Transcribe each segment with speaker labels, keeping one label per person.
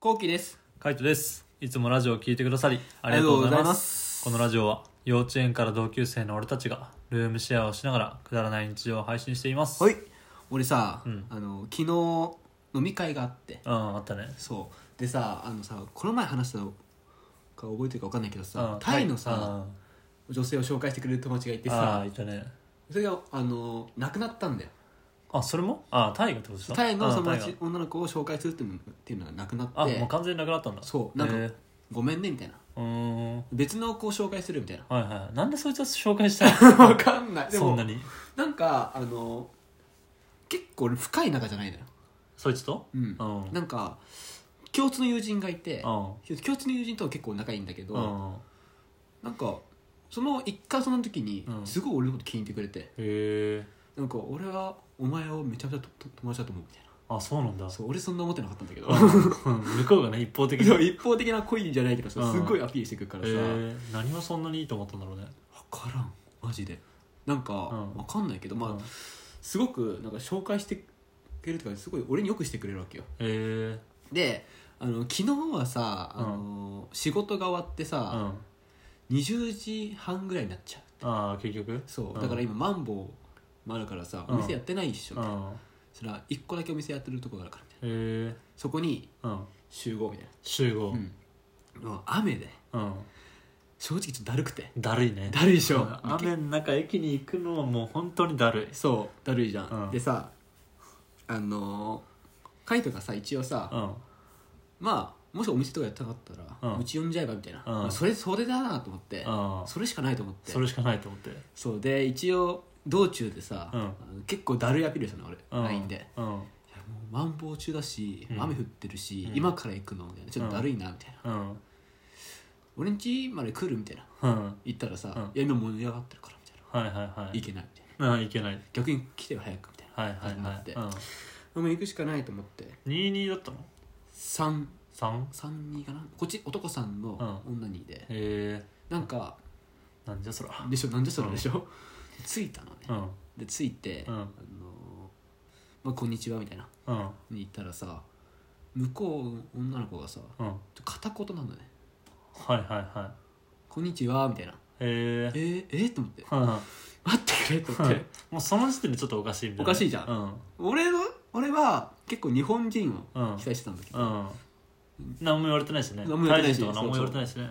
Speaker 1: こうきです
Speaker 2: カイトです。いつもラジオを聞いてくださり、ありがとうございます。このラジオは、幼稚園から同級生の俺たちが、ルームシェアをしながら、くだらない日常を配信しています。
Speaker 1: はい俺さ、
Speaker 2: うん
Speaker 1: あの昨日飲み会があって
Speaker 2: うん、あったね。
Speaker 1: そうでさあのさこの前話したのか覚えてるか分かんないけど
Speaker 2: う
Speaker 1: さ
Speaker 2: ん
Speaker 1: タイの
Speaker 2: う
Speaker 1: さ
Speaker 2: ん
Speaker 1: 女性を紹介してくれる友達がいて
Speaker 2: ああ、
Speaker 1: さ
Speaker 2: いたね。
Speaker 1: それがあの亡くなったんだよ
Speaker 2: あ、それもああ、タイがってことした
Speaker 1: タイのその
Speaker 2: ああタイ
Speaker 1: 町女の子を紹介するっていうのっていうのがなくな
Speaker 2: が
Speaker 1: っ
Speaker 2: あ、
Speaker 1: て
Speaker 2: もう完全になくなったんだ。
Speaker 1: そうなんか
Speaker 2: へえ
Speaker 1: ごめんねみたいな
Speaker 2: うーん。は
Speaker 1: 別の子を紹介するみたいな
Speaker 2: いはい。なんでそいつは紹介したい
Speaker 1: 分かん ないで
Speaker 2: そん
Speaker 1: も
Speaker 2: なに。
Speaker 1: なんかあの結構俺深い仲じゃないのよ
Speaker 2: そいつと
Speaker 1: うん
Speaker 2: うん。うん。
Speaker 1: なんか共通の友人がいて
Speaker 2: うん
Speaker 1: 共通の友人とは結構仲いいんだけど、
Speaker 2: うん。
Speaker 1: なんかその一回その時に
Speaker 2: うん
Speaker 1: すごい俺のこと気に入ってくれて、
Speaker 2: へえ。
Speaker 1: なんか俺はお前をめちゃめちゃとと友達だと思うみたい
Speaker 2: あ、そうなんだ。
Speaker 1: なそう俺そんな思ってなかったんだけど
Speaker 2: うん向こうがね、一方的に。
Speaker 1: そう
Speaker 2: へ
Speaker 1: 一方的な恋じゃないけどさ、
Speaker 2: うん
Speaker 1: すごいアピールしてくるからさ、分
Speaker 2: え。何をそんなにいいと思ったんだろうね。
Speaker 1: からんマジでなんか、
Speaker 2: うん
Speaker 1: 分かんないけどまあ、
Speaker 2: うん
Speaker 1: すごくなんか紹介してくれるとかすごい俺によくしてくれるわけよ
Speaker 2: へえ。
Speaker 1: であの昨日はさ、あの仕事が終わって
Speaker 2: う
Speaker 1: さ、
Speaker 2: ん。
Speaker 1: 20時半ぐらいになっちゃう
Speaker 2: ああ結局
Speaker 1: そうだから今マンボウもあるからさ、
Speaker 2: うん
Speaker 1: お店やってないっしょ、
Speaker 2: うんうん
Speaker 1: それは1個だけお店やってるとこがあるからみたいな
Speaker 2: へえ
Speaker 1: そこに
Speaker 2: うん
Speaker 1: 集合みたい
Speaker 2: 集合
Speaker 1: な、うん、もう雨で
Speaker 2: うん
Speaker 1: 正直ちょっとだるくて
Speaker 2: だるいね
Speaker 1: だるいでしょ
Speaker 2: うん雨の中駅に行くのはもう本当にだるい
Speaker 1: そうだるいじゃん、
Speaker 2: うん
Speaker 1: でさあのー、カイトがさ一応さ、
Speaker 2: うん
Speaker 1: まあもしお店とかやってなかったら、
Speaker 2: う
Speaker 1: うんち呼んじゃえばみたいな、
Speaker 2: うん
Speaker 1: それそれだなと思って、
Speaker 2: あ
Speaker 1: それしかないと思って
Speaker 2: それしかないと思って
Speaker 1: そうで一応道中でさ、
Speaker 2: うん
Speaker 1: あの結構だるいアピールしたの俺
Speaker 2: うん
Speaker 1: LINE、で
Speaker 2: うん
Speaker 1: いやもうマンボウ中だし、
Speaker 2: うん
Speaker 1: 雨降ってるし、
Speaker 2: うん
Speaker 1: 今から行くのみたいなちょっとだるいなみたいな、
Speaker 2: うん
Speaker 1: 俺ん家まで来るみたいな
Speaker 2: うん
Speaker 1: 言ったらさ、
Speaker 2: うん
Speaker 1: いや今盛り上がってるからみたいな、
Speaker 2: はいはいはい
Speaker 1: 行けないみたいな
Speaker 2: うんいけない
Speaker 1: 逆に来てよ早くみたいな、
Speaker 2: はいはい
Speaker 1: な
Speaker 2: は
Speaker 1: っ
Speaker 2: い
Speaker 1: て
Speaker 2: うん
Speaker 1: もう行くしかないと思って
Speaker 2: 22だったの
Speaker 1: 332
Speaker 2: 3?
Speaker 1: かなこっち男さんの女にで、
Speaker 2: へえ
Speaker 1: なんか
Speaker 2: なんじゃそら
Speaker 1: でしょなんじゃそれでしょ、着いたのね、
Speaker 2: うん
Speaker 1: で着いて、
Speaker 2: うん
Speaker 1: あのーまあ、こんにちはみたいな
Speaker 2: うん
Speaker 1: に行ったらさ向こうの女の子がさ
Speaker 2: うん
Speaker 1: ちょ片言なんだね
Speaker 2: はいはいは
Speaker 1: 「こんにちは」みたいない
Speaker 2: へ
Speaker 1: え
Speaker 2: え
Speaker 1: ー、えー、と思って
Speaker 2: うんうん
Speaker 1: 「待ってくれ」と思って
Speaker 2: もうその時点でちょっとおかしいみたいな
Speaker 1: おかしいじゃん
Speaker 2: うん
Speaker 1: 俺は俺は結構日本人
Speaker 2: う
Speaker 1: を
Speaker 2: ん
Speaker 1: 期待してたんだけど、
Speaker 2: うん何も言われてないしね
Speaker 1: 何も言われてないし
Speaker 2: タイ人とか何も言われてないしね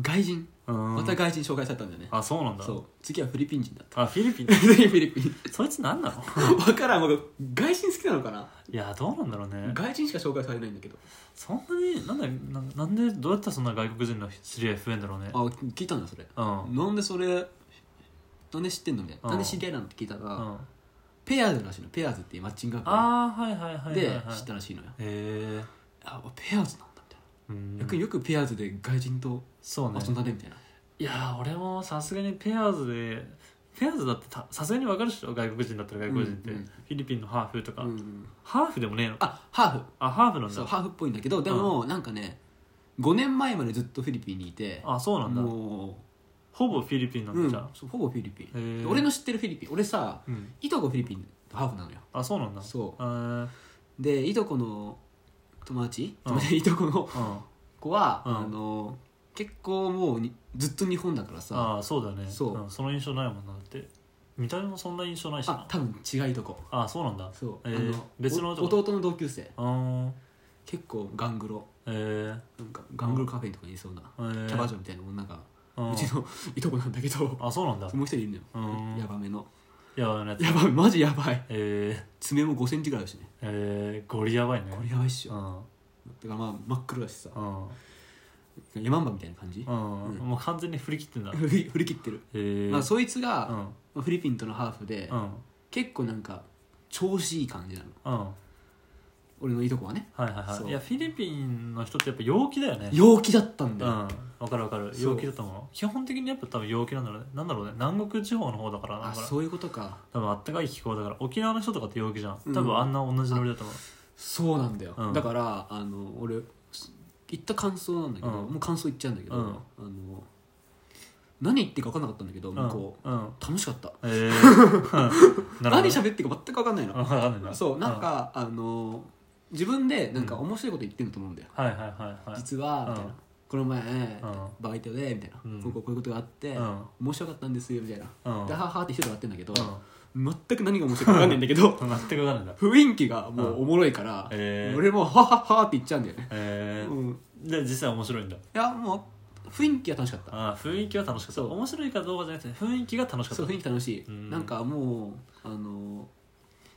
Speaker 1: 外人
Speaker 2: うん
Speaker 1: また
Speaker 2: うん
Speaker 1: 外人紹介されたんだよね、
Speaker 2: あそうなんだ
Speaker 1: そう次はフィリピン人だ った
Speaker 2: あフィリピン
Speaker 1: フィリピン
Speaker 2: そいつ何なの
Speaker 1: 分からん僕外人好きなのかない
Speaker 2: やどうなんだろうね
Speaker 1: 外人しか紹介されないんだけど
Speaker 2: そんなになんだななんでどうやったらそんな外国人の知り合い増えんだろうね
Speaker 1: あ聞いたんだそれ
Speaker 2: うんうん
Speaker 1: なんでそれなんで知ってんのみたいな
Speaker 2: うん
Speaker 1: なんで知り合いなのって聞いたら、
Speaker 2: あ
Speaker 1: ペアーズらしいのペアーズっていうマッチングアプ
Speaker 2: あーはいはいはいはいはい
Speaker 1: リで知ったらしいのよ、
Speaker 2: へえ
Speaker 1: あペアーズなんだみたいな、
Speaker 2: うん
Speaker 1: 逆によくペアーズで外人と
Speaker 2: そうね
Speaker 1: 遊んだねみたいな、
Speaker 2: いやー俺もさすがにペアーズでペアーズだってたさすがに分かるでしょ外国人だったら外国人って
Speaker 1: うんうん
Speaker 2: フィリピンのハーフとか
Speaker 1: うん
Speaker 2: ハーフでもねえの
Speaker 1: あハーフ
Speaker 2: あハーフなん
Speaker 1: そう
Speaker 2: だ
Speaker 1: ハーフっぽいんだけどでも、なんかね5年前までずっとフィリピンにいて
Speaker 2: あそうなんだ
Speaker 1: も
Speaker 2: ほぼフィリピンな
Speaker 1: う、うん
Speaker 2: だ
Speaker 1: ん
Speaker 2: じゃあ、
Speaker 1: そうほぼフィリピ
Speaker 2: へ
Speaker 1: ン
Speaker 2: ー
Speaker 1: 俺の知ってるフィリピン俺さ
Speaker 2: うん、
Speaker 1: いとこフィリピンとハーフなのよ
Speaker 2: あそうなんだ
Speaker 1: そう
Speaker 2: あ
Speaker 1: うでいとこの友達、
Speaker 2: うん
Speaker 1: いとこの
Speaker 2: うん
Speaker 1: 子は、
Speaker 2: うん
Speaker 1: あの結構もうにずっと日本だからさ
Speaker 2: ああそうだね、
Speaker 1: そうん
Speaker 2: その印象ないもんなだって見た目もそんな印象ないし
Speaker 1: あ
Speaker 2: な
Speaker 1: 多分違ういとこ
Speaker 2: ああそうなんだ
Speaker 1: そう、
Speaker 2: え
Speaker 1: あ
Speaker 2: ー
Speaker 1: の
Speaker 2: 別の
Speaker 1: お
Speaker 2: 男
Speaker 1: 弟の同級生
Speaker 2: あー
Speaker 1: 結構ガングロ
Speaker 2: えー、
Speaker 1: なんかガングロカフェとかにいそうな、
Speaker 2: えー、
Speaker 1: キャバ嬢みたいな女が、
Speaker 2: うん
Speaker 1: うちのいとこなんだけど、
Speaker 2: あそうなんだ
Speaker 1: もう一人いるの
Speaker 2: う
Speaker 1: よ
Speaker 2: ん
Speaker 1: ヤバめの
Speaker 2: やばいね
Speaker 1: やばいマジやばい
Speaker 2: えー、
Speaker 1: 爪も5センチぐらいあるしね
Speaker 2: えー、ゴリやばいね
Speaker 1: これやばいっし
Speaker 2: う
Speaker 1: ょ
Speaker 2: ん
Speaker 1: だからまあ真っ黒だしさ
Speaker 2: うん
Speaker 1: ヤマンバみたいな感じ
Speaker 2: うん、
Speaker 1: うん
Speaker 2: もう完全に振り切ってんだ
Speaker 1: 振り振り切ってる、
Speaker 2: えー、
Speaker 1: まあ、そいつ
Speaker 2: う
Speaker 1: が、
Speaker 2: ん
Speaker 1: まあフィリピンとのハーフで、
Speaker 2: うん
Speaker 1: 結構なんか調子いい感じなの
Speaker 2: うんはい
Speaker 1: 俺のいとこはね
Speaker 2: はいは
Speaker 1: そう
Speaker 2: いいやフィリピンの人ってやっぱ陽気だよね
Speaker 1: 陽気だったんだ
Speaker 2: うん
Speaker 1: よ、
Speaker 2: わかるわかる
Speaker 1: そう
Speaker 2: 陽気だと思う基本的にやっぱ多分陽気なんだろうねなんだろうね南国地方の方だからな
Speaker 1: あ
Speaker 2: んか
Speaker 1: そういうことか
Speaker 2: 多分あったかい気候だから沖縄の人とかって陽気じゃん
Speaker 1: うん
Speaker 2: 多分あんな同じノリだと思う、
Speaker 1: そうなんだよ、
Speaker 2: うん
Speaker 1: だからあの俺す言った感想なんだけど、
Speaker 2: うん
Speaker 1: もう感想言っちゃうんだけど、
Speaker 2: うん
Speaker 1: あの何言ってるか分かんなかったんだけど、
Speaker 2: うん
Speaker 1: 向こう
Speaker 2: うん
Speaker 1: 楽しかった
Speaker 2: え ー、なるほど
Speaker 1: 何喋ってるか全く分かんないの、
Speaker 2: わかんないな
Speaker 1: そうなんか、あの自分でなんか面白いこと言ってると思うんだよ、
Speaker 2: はいはいはいはい
Speaker 1: 実はみたいな、
Speaker 2: うん
Speaker 1: この前、
Speaker 2: ん
Speaker 1: バイトでみたいな、
Speaker 2: うん
Speaker 1: こうこうこういうことがあって、
Speaker 2: うん
Speaker 1: 面白かったんですよみたいな、
Speaker 2: うん
Speaker 1: でははって一人で笑ってんだけど、全く何が面白いか分かんないんだけ ど
Speaker 2: うん全くわかんないんだ
Speaker 1: 雰囲気がもうおもろいから、
Speaker 2: へー
Speaker 1: 俺もはははって言っちゃうんだよね、
Speaker 2: え
Speaker 1: うん、い
Speaker 2: ー、で実際面白いんだ
Speaker 1: やもう雰囲気は楽しかった
Speaker 2: あー雰囲気は楽しかった
Speaker 1: そう
Speaker 2: 面白いかどうかじゃなくて雰囲気が楽しかった
Speaker 1: そう雰囲気楽しい、
Speaker 2: うん
Speaker 1: なんかもうあの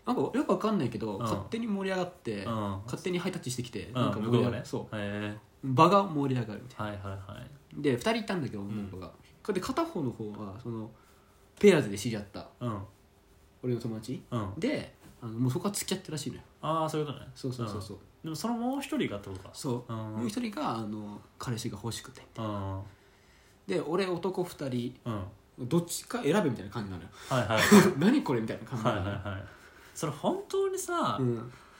Speaker 1: なんかよくわかんないけど、
Speaker 2: ん
Speaker 1: 勝手に盛り上がって、
Speaker 2: うん
Speaker 1: 勝手にハイタッチしてきて、
Speaker 2: うん
Speaker 1: なんか
Speaker 2: 向
Speaker 1: 盛
Speaker 2: こ
Speaker 1: り
Speaker 2: う
Speaker 1: 上
Speaker 2: が
Speaker 1: が
Speaker 2: ね
Speaker 1: るそう
Speaker 2: へ
Speaker 1: 場が盛り上がるみたい
Speaker 2: ー、はいはいはい
Speaker 1: なで2人いたんだけど女の子が、で片方の方はそのペアーズで知り合った
Speaker 2: うん
Speaker 1: 俺の友達
Speaker 2: うん
Speaker 1: であのもうそこは付き合ってるらしいのよ
Speaker 2: ああそういうことね
Speaker 1: そうそうそうそう、
Speaker 2: うんでもそのもう一人がってことか
Speaker 1: そう
Speaker 2: うん
Speaker 1: もう一人があの彼氏が欲しくて
Speaker 2: うん
Speaker 1: で俺男2人
Speaker 2: うん
Speaker 1: どっちか選べみたいな感じなのよ
Speaker 2: はいはい
Speaker 1: 何これみたいな感じ
Speaker 2: は
Speaker 1: ないの
Speaker 2: は
Speaker 1: よ、
Speaker 2: いはいそれ本当にさ、
Speaker 1: う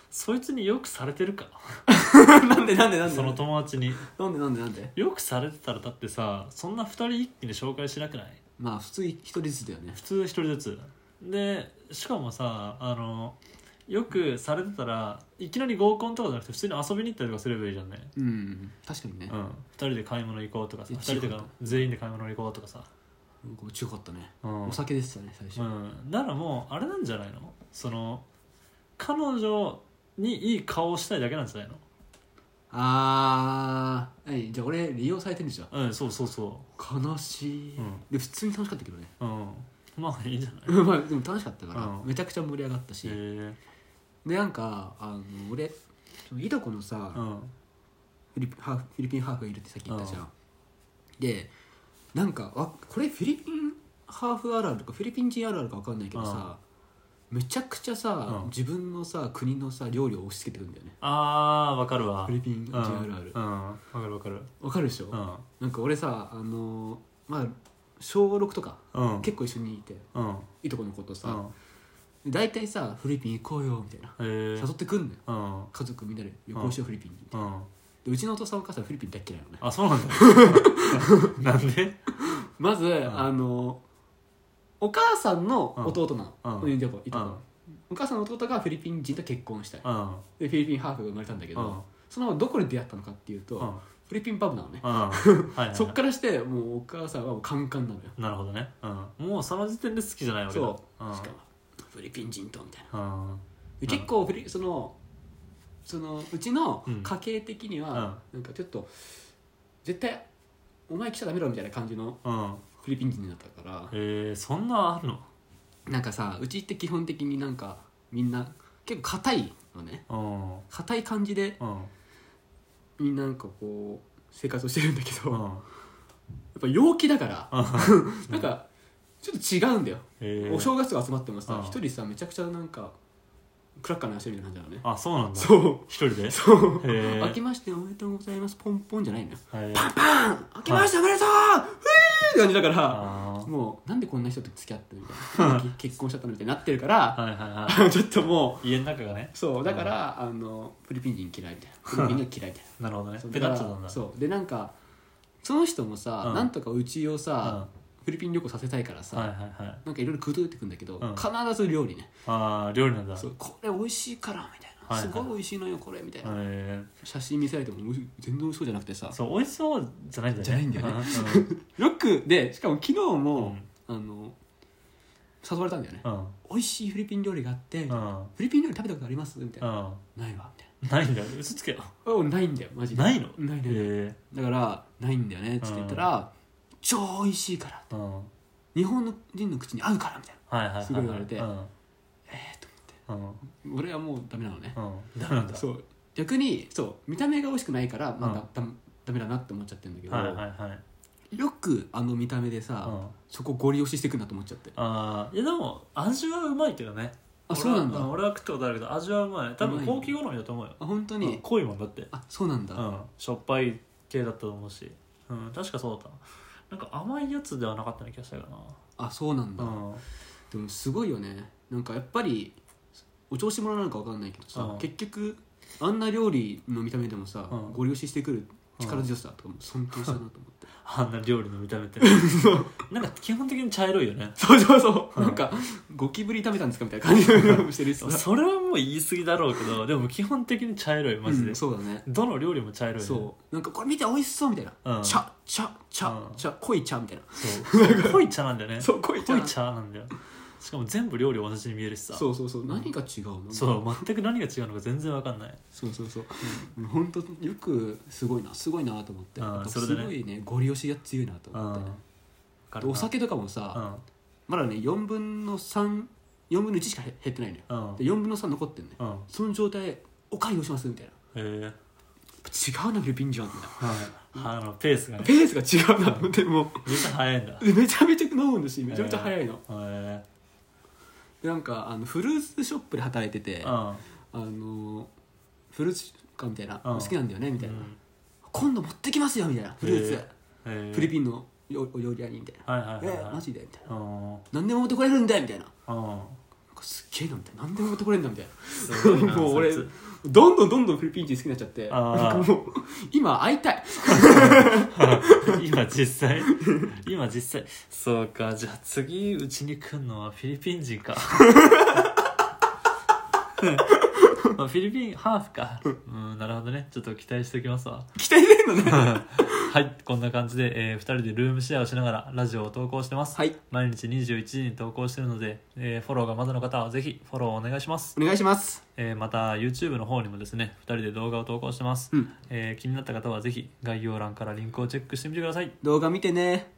Speaker 2: そいつによくされてるか
Speaker 1: ん、 なんでなんでなんで
Speaker 2: その友達に
Speaker 1: なんでなんでなんで
Speaker 2: よくされてたらだってさそんな2人一気に紹介しなくない
Speaker 1: まあ普通一人ずつだよね
Speaker 2: 普通1人ずつでしかもさあのよくされてたらいきなり合コンとかじゃなくて普通に遊びに行ったりとかすればいいじゃんね、
Speaker 1: うん確かにね
Speaker 2: うん、2人で買い物行こうとかさ
Speaker 1: い
Speaker 2: 2
Speaker 1: や違う
Speaker 2: 人とか全員で買い物行こうとかさ、
Speaker 1: うんこっちよかったね
Speaker 2: うん
Speaker 1: お酒でしたね最
Speaker 2: う
Speaker 1: 初
Speaker 2: ん、ならもうあれなんじゃないのその彼女にいい顔をしたいだけなんじゃない
Speaker 1: あーはいじゃあ俺利用されてるんじゃん
Speaker 2: のうんそうそうそ
Speaker 1: 悲しい
Speaker 2: うん
Speaker 1: で普通に楽しかったけどね
Speaker 2: ううんまあいいんじゃない へ
Speaker 1: まあでも楽しかったから
Speaker 2: うん
Speaker 1: めちゃくちゃ盛り上がったし
Speaker 2: え
Speaker 1: でなんかあの俺そのいとこのさ
Speaker 2: うん
Speaker 1: フィリピンハーフフィリピンハーフがいるってさっき言ったじゃんでなんかわこれフィリピンハーフあるあるとかフィリピン人あるあるか分かんないけどさめちゃくちゃさ
Speaker 2: うん
Speaker 1: 自分のさ国のさ料理を押し付けてくるんだよね
Speaker 2: あーわかるわ
Speaker 1: フィリピン人あるある
Speaker 2: うんうんわかるわかる
Speaker 1: わかるでしょ
Speaker 2: うん
Speaker 1: なんか俺さあのーまあ小6とか
Speaker 2: うん
Speaker 1: 結構一緒にいて
Speaker 2: うんうん
Speaker 1: いとこの子と
Speaker 2: う
Speaker 1: さ
Speaker 2: ん
Speaker 1: 大体さフィリピン行こうよみたいな
Speaker 2: へえ
Speaker 1: 誘ってくんのよ
Speaker 2: うん
Speaker 1: 家族みんなで旅行しようフィリピンに
Speaker 2: うん
Speaker 1: でうちのお父さんお母さんフィリピン大っ嫌いなのね
Speaker 2: あそ うなんだなんで
Speaker 1: まずあのーお母さんの弟なの
Speaker 2: う
Speaker 1: う
Speaker 2: ん
Speaker 1: んいとこいと
Speaker 2: う
Speaker 1: こ
Speaker 2: ん
Speaker 1: お母さんの弟がフィリピン人と結婚したい
Speaker 2: うんうん
Speaker 1: でフィリピンハーフが生まれたんだけ
Speaker 2: う
Speaker 1: どそのどこで出会ったのかっていうと
Speaker 2: んうん
Speaker 1: フィリピンパブなのね
Speaker 2: はいはい
Speaker 1: そっからしてもうお母さんはもうカンカンなのよ
Speaker 2: なるほどねうんもうその時点で好きじゃないわけだ
Speaker 1: そう
Speaker 2: うん
Speaker 1: しかもフィリピン人とみたいな
Speaker 2: うん
Speaker 1: で結構フリそのそのうちの
Speaker 2: うん
Speaker 1: 家系的には、なんかちょっと絶対お前来ちゃダメだろみたいな感じの
Speaker 2: うん
Speaker 1: フィリピン人だったか
Speaker 2: へえそんなある
Speaker 1: らなんかさうちって基本的になんかみんな結構硬いのね
Speaker 2: の
Speaker 1: 硬い感じで
Speaker 2: うんうん
Speaker 1: みんななんかこう生活をしてるんだけど、
Speaker 2: う
Speaker 1: やっ
Speaker 2: ん
Speaker 1: ぱ陽気だから、
Speaker 2: うん
Speaker 1: なんかちょっと違うんだよ、
Speaker 2: へえ
Speaker 1: お正月が集まっても
Speaker 2: う
Speaker 1: さ
Speaker 2: ん
Speaker 1: 一人さめちゃくちゃなんかクラッカー鳴らしてるみたいな感じなのね
Speaker 2: あそうなんだ
Speaker 1: そう
Speaker 2: 一人で
Speaker 1: そう
Speaker 2: へえ
Speaker 1: 明けましておめでとうございますポンポンじゃないのよ
Speaker 2: はい
Speaker 1: 明けましておめでとうふえーって感じだから
Speaker 2: あー
Speaker 1: もうなんでこんな人と付き合ってるみたいな け結婚しちゃったのみたいになってるから
Speaker 2: はいはいは
Speaker 1: ちょっとも
Speaker 2: い家の中がね
Speaker 1: うそうだからあのフィリピン人嫌いみたい なフィリピン人嫌いみたい
Speaker 2: なるほどね
Speaker 1: なそう
Speaker 2: ペタッちゃったんだ
Speaker 1: そうでなんかその人も
Speaker 2: う
Speaker 1: さ
Speaker 2: ん
Speaker 1: なんとかうちを
Speaker 2: うん
Speaker 1: さフィリピン旅行させたいから
Speaker 2: はい
Speaker 1: さ
Speaker 2: はいはい
Speaker 1: なんかいろいろ食うといてくんだけど
Speaker 2: うん
Speaker 1: 必ず料理ね
Speaker 2: ああ料理なんだ
Speaker 1: そうこれ美味しいからみたいな
Speaker 2: はい
Speaker 1: すごい美味しいのよこれみたいな
Speaker 2: へ
Speaker 1: 写真見せられても美味し全然美味しそうじゃなくてさ
Speaker 2: えそう美味しそうじゃないんだよね
Speaker 1: じゃないんだよね
Speaker 2: うんうん
Speaker 1: よくでしかも昨日も、あの誘われたんだよね、
Speaker 2: うん
Speaker 1: 美味しいフィリピン料理があって、
Speaker 2: う
Speaker 1: フ
Speaker 2: ん
Speaker 1: ィリピン料理食べたことありますみたいうな、
Speaker 2: ん
Speaker 1: ないわみたい
Speaker 2: ないんだよ嘘つけよ
Speaker 1: なおないんだよマジで
Speaker 2: ないの
Speaker 1: ないないない
Speaker 2: へえ
Speaker 1: だからないんだよねっつって言ったら、超美味しいから
Speaker 2: うんは
Speaker 1: 日本の人の口に合うからみたいない
Speaker 2: はいはい
Speaker 1: すごい言われて
Speaker 2: うん
Speaker 1: えー、と
Speaker 2: うん
Speaker 1: 思って俺はもうダメなのね、
Speaker 2: うんダメなんだ
Speaker 1: そう逆にそう見た目が美味しくないからまだ、ダメダメだなって思っちゃってるんだけど、
Speaker 2: はいはいはい
Speaker 1: よくあの見た目でさ、
Speaker 2: うん
Speaker 1: そこゴリ押ししてくんなと思っちゃって
Speaker 2: ああいやでも味はうまいけどね
Speaker 1: あそうなんだ、
Speaker 2: 俺は
Speaker 1: あ
Speaker 2: 俺は食ったことあるけど味はうまい多
Speaker 1: うま
Speaker 2: 分
Speaker 1: い
Speaker 2: 高級好みだと思うよ
Speaker 1: 本当
Speaker 2: うん
Speaker 1: に、
Speaker 2: 濃いもんだって
Speaker 1: あそうなんだ、
Speaker 2: うんしょっぱい系だったと思うしうん確かそうだったななんか甘いやつではなかったような気がしたけど
Speaker 1: あそうなんだ、
Speaker 2: なうん
Speaker 1: でもすごいよねなんかやっぱりお調子者なのか分かんないけどさ、
Speaker 2: うん
Speaker 1: 結局あんな料理の見た目でもさ、
Speaker 2: うん
Speaker 1: ご利押ししてくる力強さとかも尊敬したなと思って、
Speaker 2: あんな料理の見た 目ってなんか基本的に茶色いよね
Speaker 1: そうそうそう、なんかゴキブリ食べたんですかみたいな感じの色もしてるしさ、
Speaker 2: それはもう言い過ぎだろうけどでも基本的に茶色いマジで、
Speaker 1: うんそうだね
Speaker 2: どの料理も茶色い、ね、
Speaker 1: そうなんかこれ見て美味しそうみたいな、
Speaker 2: うん
Speaker 1: 茶茶茶、
Speaker 2: うん
Speaker 1: 茶濃い茶みたいな
Speaker 2: そう濃い茶なんだよ ね
Speaker 1: そう濃い茶
Speaker 2: 濃い茶なんだよしかも全部料理同じに見えるしさ
Speaker 1: そうそうそう何が違うの
Speaker 2: そう全く何が違うのか全然わかんない
Speaker 1: そうそうそう本当よくすごいなすごいなと思って
Speaker 2: うん
Speaker 1: やっぱ
Speaker 2: それ
Speaker 1: す
Speaker 2: でね
Speaker 1: ごいねご利用しが強いなと思って
Speaker 2: わかるな
Speaker 1: お酒とかも
Speaker 2: う
Speaker 1: さ
Speaker 2: ん
Speaker 1: まだね4分の34分の1しか減ってないのよ
Speaker 2: うん
Speaker 1: で4分の3残ってんね
Speaker 2: うんへ
Speaker 1: その状態お会をしますみたいな
Speaker 2: え
Speaker 1: 違うなフィリピン人はみたいな
Speaker 2: はいあのペースがね
Speaker 1: ペースが違うなと思っても
Speaker 2: めっちゃ早いんだへ
Speaker 1: うめちゃめちゃ飲むんだしめちゃめちゃ早いの
Speaker 2: え
Speaker 1: でなんかあのフルーツショップで働いてて
Speaker 2: うん
Speaker 1: あ
Speaker 2: うん
Speaker 1: のフルーツかみたいな
Speaker 2: うん
Speaker 1: 好きなんだよねみたいな今度持ってきますよみたいなフルーツ
Speaker 2: へえ
Speaker 1: フィリピンのよお料理屋にみたいな
Speaker 2: はいは
Speaker 1: 「
Speaker 2: いはい
Speaker 1: え
Speaker 2: はい
Speaker 1: ーマジで?」みたいな
Speaker 2: うんうん
Speaker 1: 「何でも持ってこれるんだよ」みたいな「なんかすっげえな」みたいな「何でも持ってこれるんだ」みたい
Speaker 2: すごい
Speaker 1: な
Speaker 2: な
Speaker 1: もう俺
Speaker 2: そいつ
Speaker 1: どんどんどんどんフィリピン人好きになっちゃって
Speaker 2: あー
Speaker 1: なんか もう今会いたい
Speaker 2: 今実際今実際そうかじゃあ次うちに来んのはフィリピン 人かまあフィリピンハーフかうんなるほどねちょっと期待しておきますわ
Speaker 1: 期待してんのね
Speaker 2: はいこんな感じで、え2人でルームシェアをしながらラジオを投稿してます、
Speaker 1: はい
Speaker 2: 毎日21時に投稿してるので、えーフォローがまだの方はぜひフォローお願いします
Speaker 1: お願いします
Speaker 2: えーまた YouTube の方にもですね2人で動画を投稿してます、
Speaker 1: うん
Speaker 2: えー気になった方はぜひ概要欄からリンクをチェックしてみてください
Speaker 1: 動画見てね